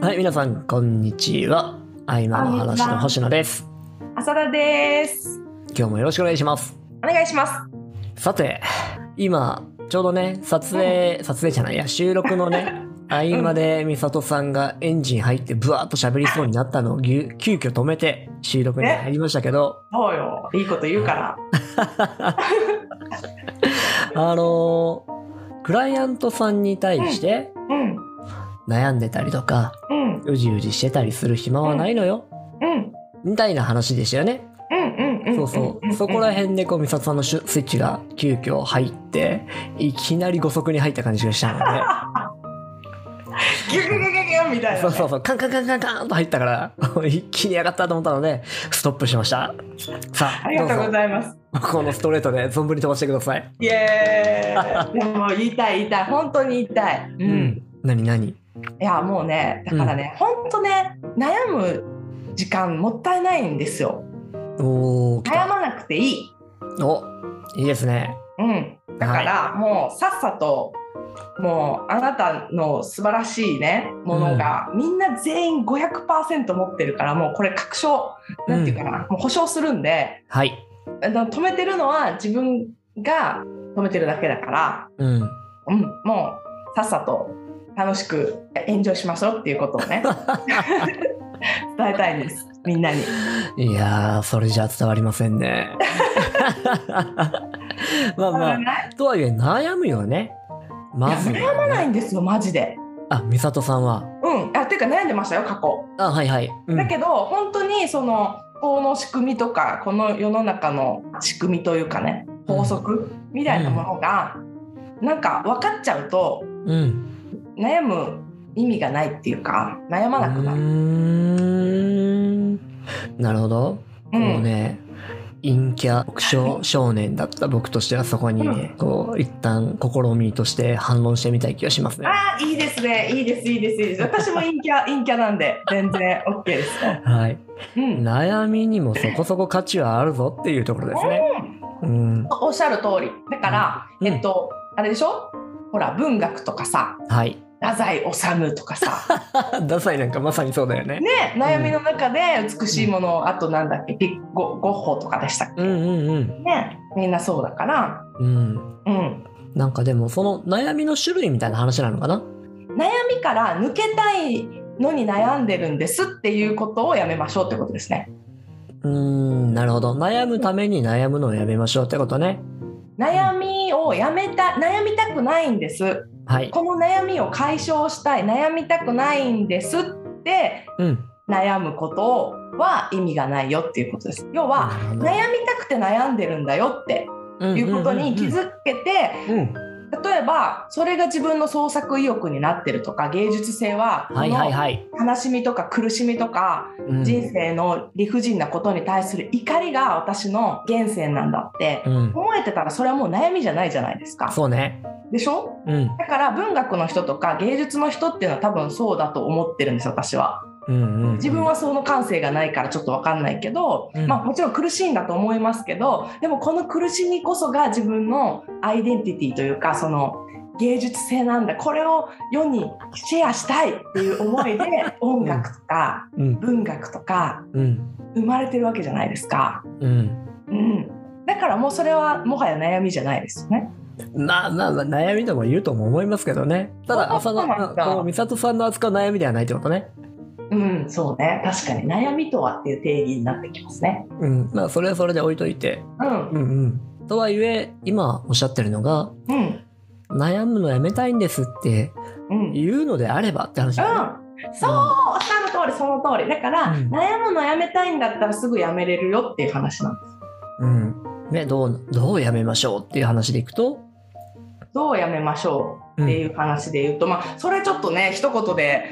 はい、皆さん、こんにちは。あいまの話の星野です。浅田です。今日もよろしくお願いします。お願いします。さて、今、ちょうどね、撮影、撮影じゃないや、収録の ね、合間で美里さんがエンジン入ってブワーッと喋りそうになったのをぎゅ急遽止めて収録に入りましたけど、そうよ。いいこと言うから。あのークライアントさんに対してうん。悩んでたりとか、うん。うじうじしてたりする暇はないのよ、うん。みたいな話でしたよね。うん。うん。うん。そうそんう。そこら。辺でこう、美里さんのシュスイッチが急遽入って、いきなり五足に入った感じがした のギュギュギュギュギュみたいで、そな。うそうそう、カンカンカンカンカンと入ったから、 一気に上がったと思ったので、ストップしました。さありあ、がとうどごうぞ、ざいます。このストレートで存分に飛ばしてください。イエーイ。でも言いたい言いたい。本当に言いたい。うう。。何何いやもうね、だからね、本当ね、悩む時間もったいないんですよ。おー、来悩た。まなくていい。お、いいですね。うん。だからもうさっさともうあなたの素晴らしいねものが、みんな全員500%持ってるからもうこれ確証なんていうかな、もう保証するんではい。あの止めてるのは自分が止めてるだけだから、うん。うん、もうさっさと楽しく炎上しましょうっていうことを ね伝えたいんですみんなに。いやー、それじゃ伝わりませんね。 まあまあ、ないとはいえ悩むよね。まずはね、いや悩まないんですよマジで。あ、美里さんは。うん、あていうか悩んでましたよ過去。あ、はいはい。うんだけど本当にその法の仕組みとかこの世の中の仕組みというかね法則みたいなものが、なんか分かっちゃうとうん。悩む意味がないっていうか悩まなくなうーる。んなるほど。うもうんね、陰キャ、極小少年だった僕としてはそこにね、こう、一旦試みとして反論してみたい気がしますね。あーいいですねいいですいいですいいです私も陰キ ャ陰キャなんで全然 OK ですよ、はい。うん、悩みにもそこそこ価値はあるぞっていうところですね。うん。おっしゃる通りだから、うんえっとあれでしょほら文学とかさはい。 太宰治とかさダサいなんかまさにそうだよね。ね、悩みの中で美しいものを、あとなんだっけピゴゴッホとかでしたっけ、うんうんねみんなそうだから、うん。うん。うん、なんかでもその悩みの種類みたいな話なのかな悩みから抜けたいのに悩んでるんですっていうことをやめましょうってことですねうーん、なるほど。悩むために悩むのをやめましょうってことね。悩みをやめた悩みたくないんですはい。この悩みを解消したい悩みたくないんですってうん。悩むことは意味がないよっていうことです要はなるほど悩みたくて悩んでるんだよっていうことに気づけて、うん。例えばそれが自分の創作意欲になってるとか芸術性ははいはいはい。この悲しみとか苦しみとかうん人生の理不尽なことに対する怒りが私の源泉なんだってうん。思えてたらそれはもう悩みじゃないじゃないですか。そうね。でしょうん。だから文学の人とか芸術の人っていうのは多分そうだと思ってるんです私は。うんうん。自分。はその感性がないからちょっと分かんないけど、うんまあ、もちろん苦しいんだと思いますけどでもこの苦しみこそが自分のアイデンティティというかその芸術性なんだこれを世にシェアしたいっていう 思いで音楽とかうん文学とかうん。生まれてるわけじゃないですか。うん。うん、だからもうそれはもはや悩みじゃないですよね。まあまあまあ悩みとも言うとも思いますけどね。ただ、浅そうなんだ野、うんこの美里さんの扱う悩みではないってことね。うん、そうね。確かに悩みとはっていう定義になってきますね。うん。まあそれはそれで置いといて。うん、うんうん。とはいえ、今おっしゃってるのが、うん、悩むのやめたいんですってうん。言うのであればって話だよね。うん、そう、おっしゃる通り、その通り。だから、うん悩むのやめたいんだったらすぐやめれるよっていう話なんでうん。ね、どう、どうやめましょうっていう話でいくと、す。どうやめましょううっていん。う話で言うと、まあ、それちょっとね、一言で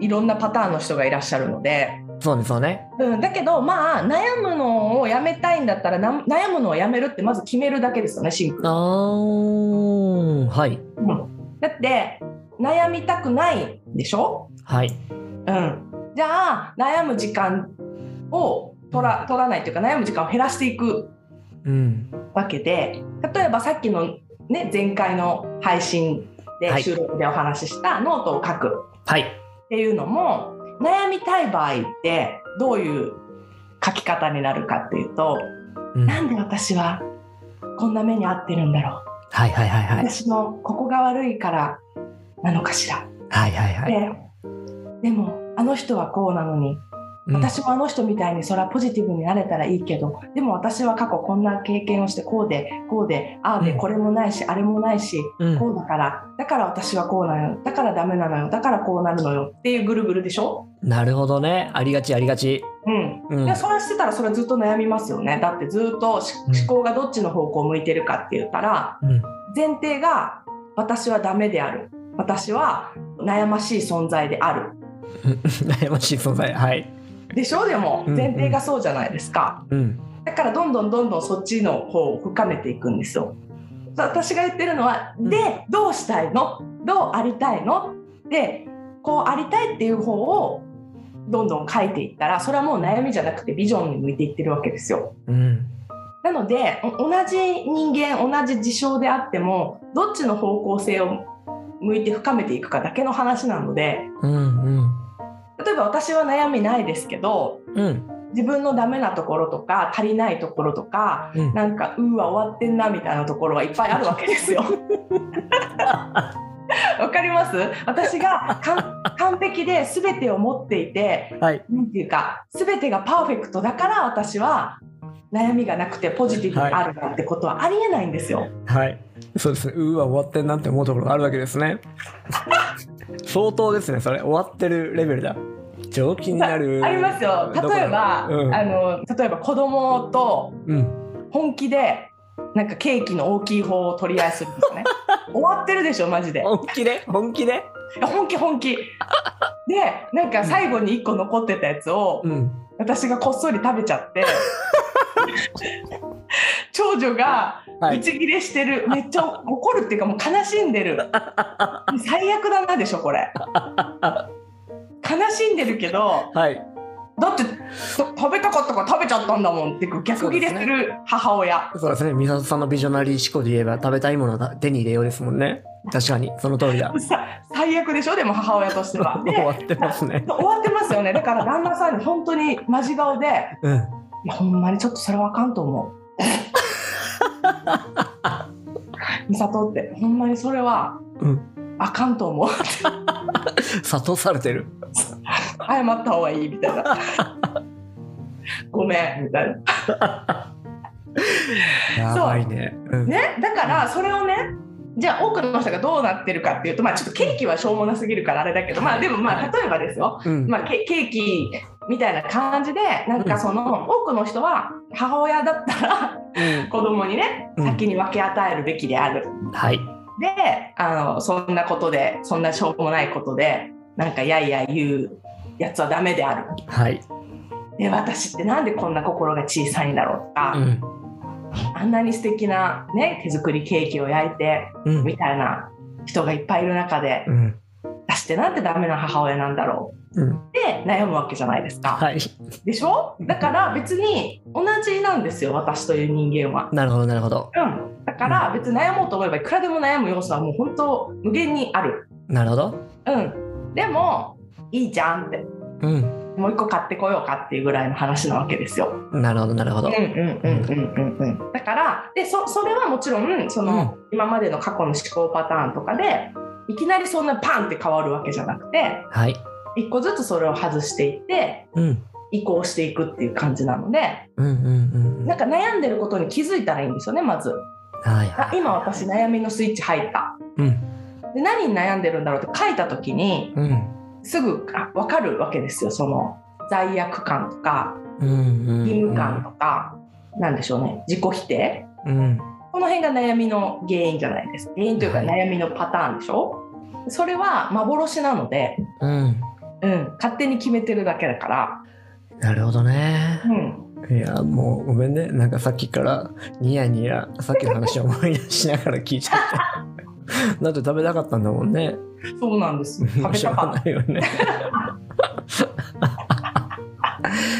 いろんなパターンの人がいらっしゃるので、そうね、そうね。うん、だけど、まあ、悩むのをやめたいんだったらな、悩むのをやめるってまず決めるだけですよね、シンプルあー、はい。に。だって、悩みたくないでしょはい。うん、じゃあ、悩む時間を取ら取らないというか、悩む時間を減らしていくうん。わけで例えばさっきの、ね、前回の配信はでい収録でお話ししたノートを書くはい。っっていうのも悩みたい場合ってどういう書き方になるかっていうと、うんなんで私はこんな目に遭ってるんだろうはいはいはいはい。私のここが悪いからなのかしら、はいはいはい。ででもあの人はこうなのにうん、私もあの人みたいにそれはポジティブになれたらいいけどでも私は過去こんな経験をしてこうでこうでああでうんこれもないし、あれもないしうんこうだからだから私はこうなのよだからダメなのよだからこうなるのよっていうぐるぐるでしょなるほどね。ありがちありがち。うん、うん。でそれしてたらそれずっと悩みますよねだってずっとしうん思考がどっちの方向を向いてるかって言ったらうん前提が私はダメである私は悩ましい存在であるうん悩ましい存在。はい。でしょでもうんうん前提がそうじゃないですか。うん。だからどんどんどんどんそっちの方を深めていくんですよ。だ私が言ってるのは、うんでどうしたいのどうありたいのでこうありたいっていう方をどんどん書いていったらそれはもう悩みじゃなくてビジョンに向いていってるわけですよ。うん。なのでお同じ人間同じ事象であってもどっちの方向性を向いて深めていくかだけの話なのでうんうん。例えば私は悩みないですけどうん。自分のダメなところとか足りないところとかうん。なんかうーは終わってんなみたいなところはいっぱいあるわけですよ。 わかります私が完完璧で全てを持っていてはい。なんていうか全てがパーフェクトだから私は悩みがなくてポジティブにあるなんてことはありえないんですよ。はい。そうですね。うーわ、終わってんなって思うところがあるわけです ね。相当ですね、それ。終わってるレベルだ。上気になる。ありますよどこ例えば、うんあの例えば子供とうん。本気でなんかケーキの大きい方を取り合いするん ですね終わってるでしょマジで本気で本気でいや本気本気でなんか最後に1個残ってたやつを、うん。私がこっそり食べちゃって長女がはブい。チギレしてる、めっちゃ怒るっていうかもう悲しんでる最悪だなでしょこれ悲しんでるけどはい。だってと食べたかったから食べちゃったんだもんって逆ギレする母親そうですね。美里さんのビジョナリー思考で言えば食べたいものは手に入れようですもんね。確かに、その通りだ。さ最悪でしょでも母親としてはで終わってますね。終わってますよねだから旦那さんに本当にマジ顔でうん。いやほんまにちょっとそれはあかん と思う。美里ってほんまにそれは、うんあかんと思う諭されてる。謝った方がいいみたい なごめんみたいなやばいね。うんねだからそれをねじゃあ多くの人がどうなってるかっていうとまあちょっとケーキはしょうもなすぎるからあれだけどまあでもまあ例えばですよ、うん。まあ、ケケーキみたいな感じでなんかその多くの人は母親だったら子供にねうん先に分け与えるべきであるはい。であのそんなことでそんなしょうもないことでなんかやいや言うやつはダメであるはい。で私ってなんでこんな心が小さいんだろうとか、うん。あんなに素敵なね手作りケーキを焼いてうん。みたいな人がいっぱいいる中でうん。私ってなんてダメな母親なんだろううん。って悩むわけじゃないですか、はい。でしょだから別に同じなんですよ私という人間は。なるほど、なるほど。うん、だから別に悩もうと思えばいくらでも悩む要素はもう本当無限にある。なるほど。うん、でもいいじゃんってうん。もう一個買ってこようかっていうぐらいの話なわけですよ。なるほど、なるほうどん。うんうんうんうんうんだからでそそれはもちろんその、今までの過去の思考パターンとかでいきなりそんなパンって変わるわけじゃなくてはい。一個ずつそれを外していってうん。移行していくっていう感じなのでうんうんうんうん。なんか悩んでることに気づいたらいいんですよねまず。はいあはい。今私悩みのスイッチ入った。うん。で何に悩んでるんだろうって書いた時にうん。すぐあ分かるわけですよその罪悪感とかうんうん。義務感とか、なんでしょうね自己否定うん。この辺が悩みの原因じゃないです原因というかはい悩みのパターンでしょそれは幻なので、うん。うん、勝手に決めてるだけだから、なるほどね。うん、いや、もうごめんね。なんかさっきからニヤニヤ、さっきの話を思い出しながら聞いちゃ った。だって食べたかったんだもんね。そうなん です食べしたょうかっがないよね。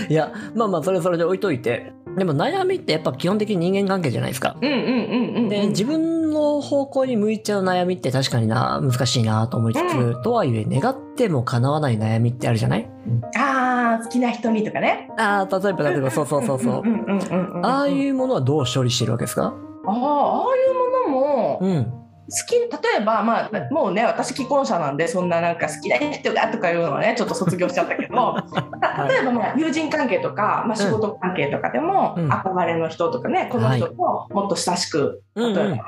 いや、まあまあ、それはそれで置いといて。でも悩みってやっぱ基本的に人間関係じゃないですか。たうんうんうんうんうんで、自分の方向に向いちゃう悩みって確かにな、難しいなと思いつつ、うとはいえ、願っても叶わない悩みってあるじゃないあー好きな人にとかねああ、例えば、例えば、そうそうそうそう。んうんうんうんうんああういんうものはどう処理してるわけですかあーああいうものもうん。好き例えば、まあ、もうね私既婚者なんでそんななんか好きな人がとかいうのはねちょっと卒業しちゃった けどた例えば、まあ、友人関係とか、まあ、仕事関係とかでも、うん憧れの人とかねこの人ともっと親しく、う例えん、ばうなんん。か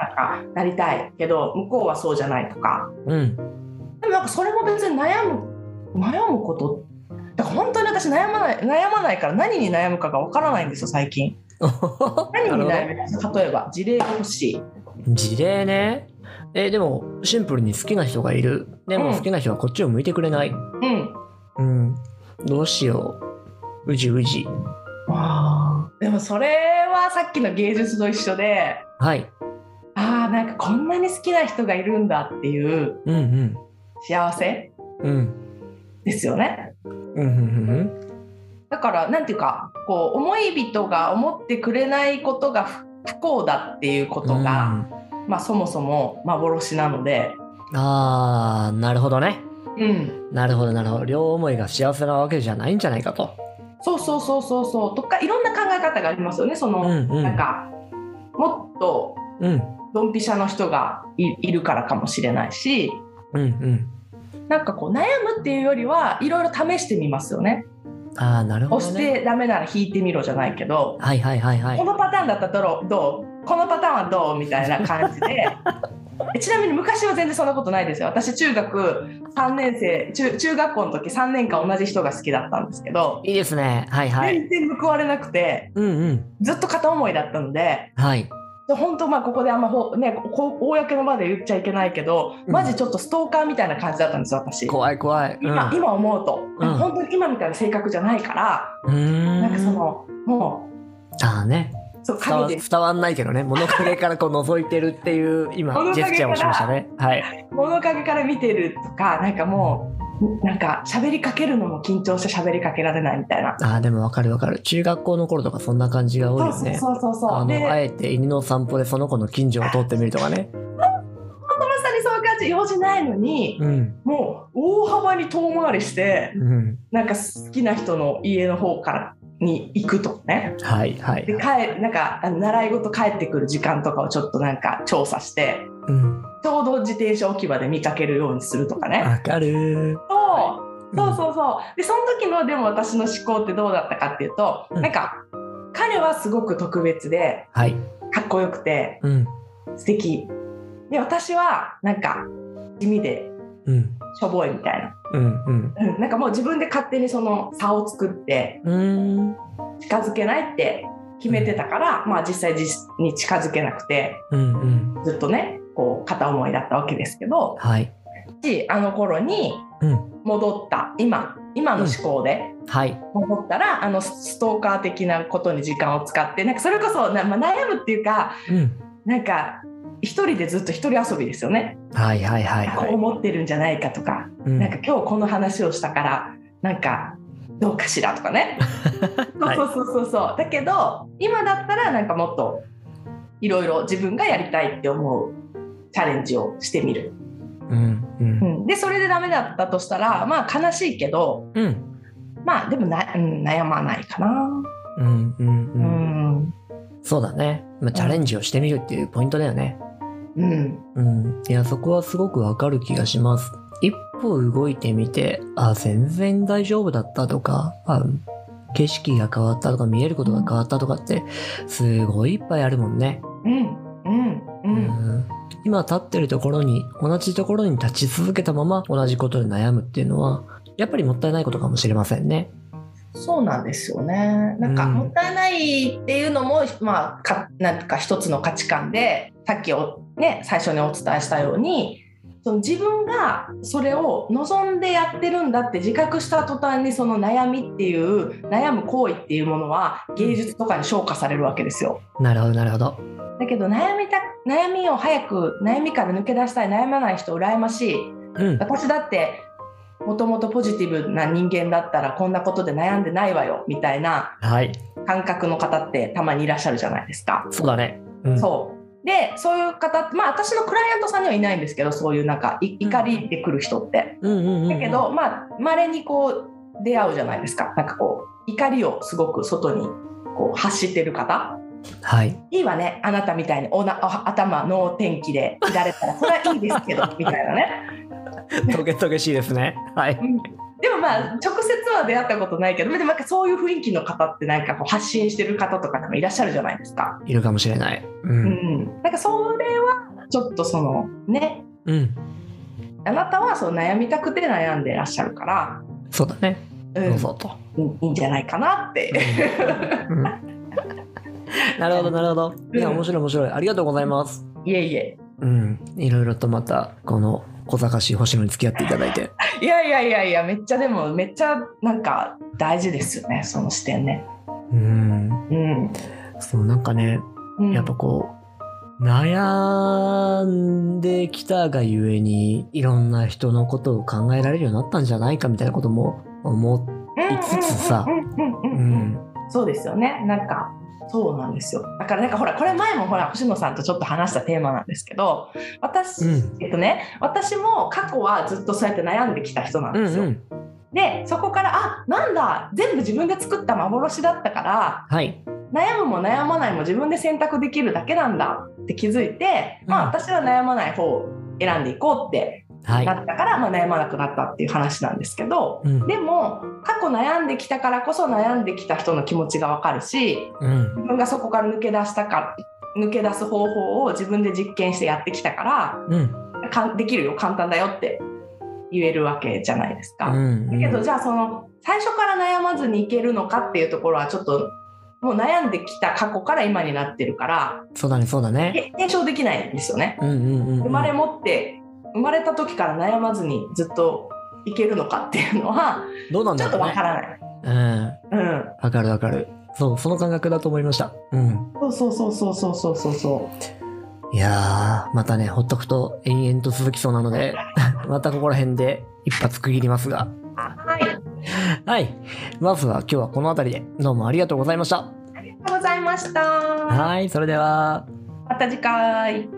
なりたいけど向こうはそうじゃないとかうん。でもなんかそれも別に悩む悩むことだから本当に私悩まない悩まないから何に悩むかがわからないんですよ最近。何にな悩るむか例えば事例が欲しい。ほど 事例ね。え、でも、シンプルに好きな人がいる。でも、うん好きな人はこっちを向いてくれない。うんうん。どうしよう。うじうじ。わあでもそれはさっきの芸術と一緒ではい。ああなんかこんなに好きな人がいるんだっていううん幸せうん。うん。ですよねうんうんうんだからなんていうかこう思い人が思ってくれないことが不不幸だっていうこうん。とが、まあ、そもそも幻なので、うん。ああ、なるほどね。うん、なるほど、なるほど。両思いが幸せなわけじゃないんじゃないかと。そうそうそうそうそうとかいろんな考え方がありますよねその、うんうんなんかもっとうん。ドンピシャの人がいいるからかもしれないしうんうん。なんかこう悩むっていうよりはいろいろ試してみますよね。ああ、なるほ押どしね。てダメなら引いてみろじゃないけど、はいはいはいはいこ。のパターンだったらどうどうこのパターンはどうみたいな感じで えちなみに昔は全然そんなことないですよ私中学3年生中中学校の時3年間同じ人が好きだったんですけど、いいですね。はいはい。全然報われなくてうんうん。ずっと片思いだったので。はい。で本当まあここであんまほ、ね、こう公の場で言っちゃいけないけどうんマジちょっとストーカーみたいな感じだったんですよ私。怖い怖い。今,、今思うと、うん本当に今みたいな性格じゃないから、うん。うーん。なんかそ。のもああね。うそう伝わ影で伝わんないけどね。 物陰からこう覗いてるっていう、今、物ジ陰ェからスチャーをしましたね。はい。物陰から見てるとかなんかもうなんか喋りかけるのも緊張して喋りかけられないみたいな。ああ、でもわかるわかる。中学校の頃とかそんな感じが多いそうよね。そうそうそあうでの、あえて犬の散歩でその子の近所を通ってみるとか ね。本当まさにそういう感じ用事ないのに、うん。もう大幅に遠回りしてうん。なんか好きな人の家の方からに行くとかねはいはいで。帰なんかあの習い事帰ってくる時間とかをちょっとなんか調査してうん。ちょうど自転車置き場で見かけるようにするとかね。わかる。そうそうそうそうでその時のでも私の思考ってどうだったかっていうと、うんなんか彼はすごく特別でうん。はい。かっこよくてうん。素敵で私はなんか地味でうん。しょぼいみたいな、うん。うん。うん、なんかもう自分で勝手にその差を作ってうーん。近づけないって決めてたから、まあ実際実に近づけなくてうん。うん。ずっとねこう片思いだったわけですけどはい。しあの頃にうん。戻った今今の思考で。はい。思ったらあのストーカー的なことに時間を使ってなんかそれこそな、まあ、悩むっていうかうん。なんか一人でずっと一人遊びですよね、はいはいはいはこうい。思ってるんじゃないかとか、うんなんか今日この話をしたからなんかどうかしらとかね、 はいそうそうそうそうだけど今だったらなんかもっといろいろ自分がやりたいって思うチャレンジをしてみる、うんううんん、でそれでダメだったとしたらまあ悲しいけどうんまあでもな、うん、悩まないかな。うんうんううんんそうだね、まあ、チャレンジをしてみるっていうポイントだよねうん、うんいやそこはすごくわかる気がします一歩動いてみてあ全然大丈夫だったとかあ景色が変わったとか見えることが変わったとかってすごいいっぱいあるもんね、うん、うん、う、うんん、今立ってるところに同じところに立ち続けたまま同じことで悩むっていうのはやっぱりもったいないことかもしれませんねそうなんですよね。なんかうんもったいないっていうのも、まあかなんか一つの価値観で、さっきおね最初にお伝えしたように、その自分がそれを望んでやってるんだって自覚した途端にその悩みっていう悩む行為っていうものは芸術とかに昇華されるわけですよ。なるほどなるほどだけど悩みた悩みを早く悩みから抜け出したい悩まない人羨ましい。 うん私だってもともとポジティブな人間だったらこんなことで悩んでないわよみたいなはい感覚の方ってたまにいらっしゃるじゃないですか。そうだね。うん、そうでそういう方まあ私のクライアントさんにはいないんですけどそういうなんかい怒りで来る人って。うんうんうんうんだけどまあ稀にこう出会うじゃないですかなんかこう怒りをすごく外にこう発してる方。はいいいわねあなたみたいにおなお頭脳天気でいられたらそれはいいですけどみたいなね。トゲトゲしいですねはいでもまあ直接は出会ったことないけどでもなんかそういう雰囲気の方ってなんかこう発信してる方とかでもいらっしゃるじゃないですか。いるかもしれないうんううん、ん、なんかそれはちょっとそのねあなたはその悩みたくて悩んでらっしゃるから、そうだねうん、どうぞと、いいいんじゃないかなって。うんなるほどなるほどいや面白い面白いありがとうございますいえいえうんいろいろとまたこの小賢しい星野に付き合っていただいていやいやいやいやめっちゃでもめっちゃなんか大事ですよねその視点ね。うんうんそうなんかねうん、やっぱこう、悩んできたがゆえに、いろんな人のことを考えられるようになったんじゃないかみたいなことも思っうん5つさうんうんううんうんうんん。そうですよね。なんかそうなんですよ。だからなんかほらこれ前もほら星野さんとちょっと話したテーマなんですけど、私、うんえっとね私も過去はずっとそうやって悩んできた人なんうんですよ。うん。でそこからあなんだ全部自分が作った幻だったからはい。悩むも悩まないも自分で選択できるだけなんだって気づいて、うまあん私は悩まない方を選んでいこうってはい。なったから、まあ悩まなくなったっていう話なんですけど。うん。でも過去悩んできたからこそ悩んできた人の気持ちがわかるしうん。自分がそこから抜け出したか抜け出す方法を自分で実験してやってきたからうん。かんできるよ簡単だよって言えるわけじゃないですか。うん。だけどじゃあその最初から悩まずにいけるのかっていうところはちょっともう悩んできた過去から今になってるからそうだね、そうだね。え検証できないんですよね。うんうんうん。生まれ持って生まれた時から悩まずにずっといけるのかっていうのはどうなんちょだっとろうわねか。らない。うん。うんわかるわかる。そう、その感覚だと思いました。うん。そうそうそうそうそうそうそうそいやー、またね、ほっとくと延々と続きそうなので、 またここら辺で一発区切りますが。う。はい、ありはい。まずは今日はこの辺りで、どうもありがとうございました。がとうございました。はい、それでは。また次回。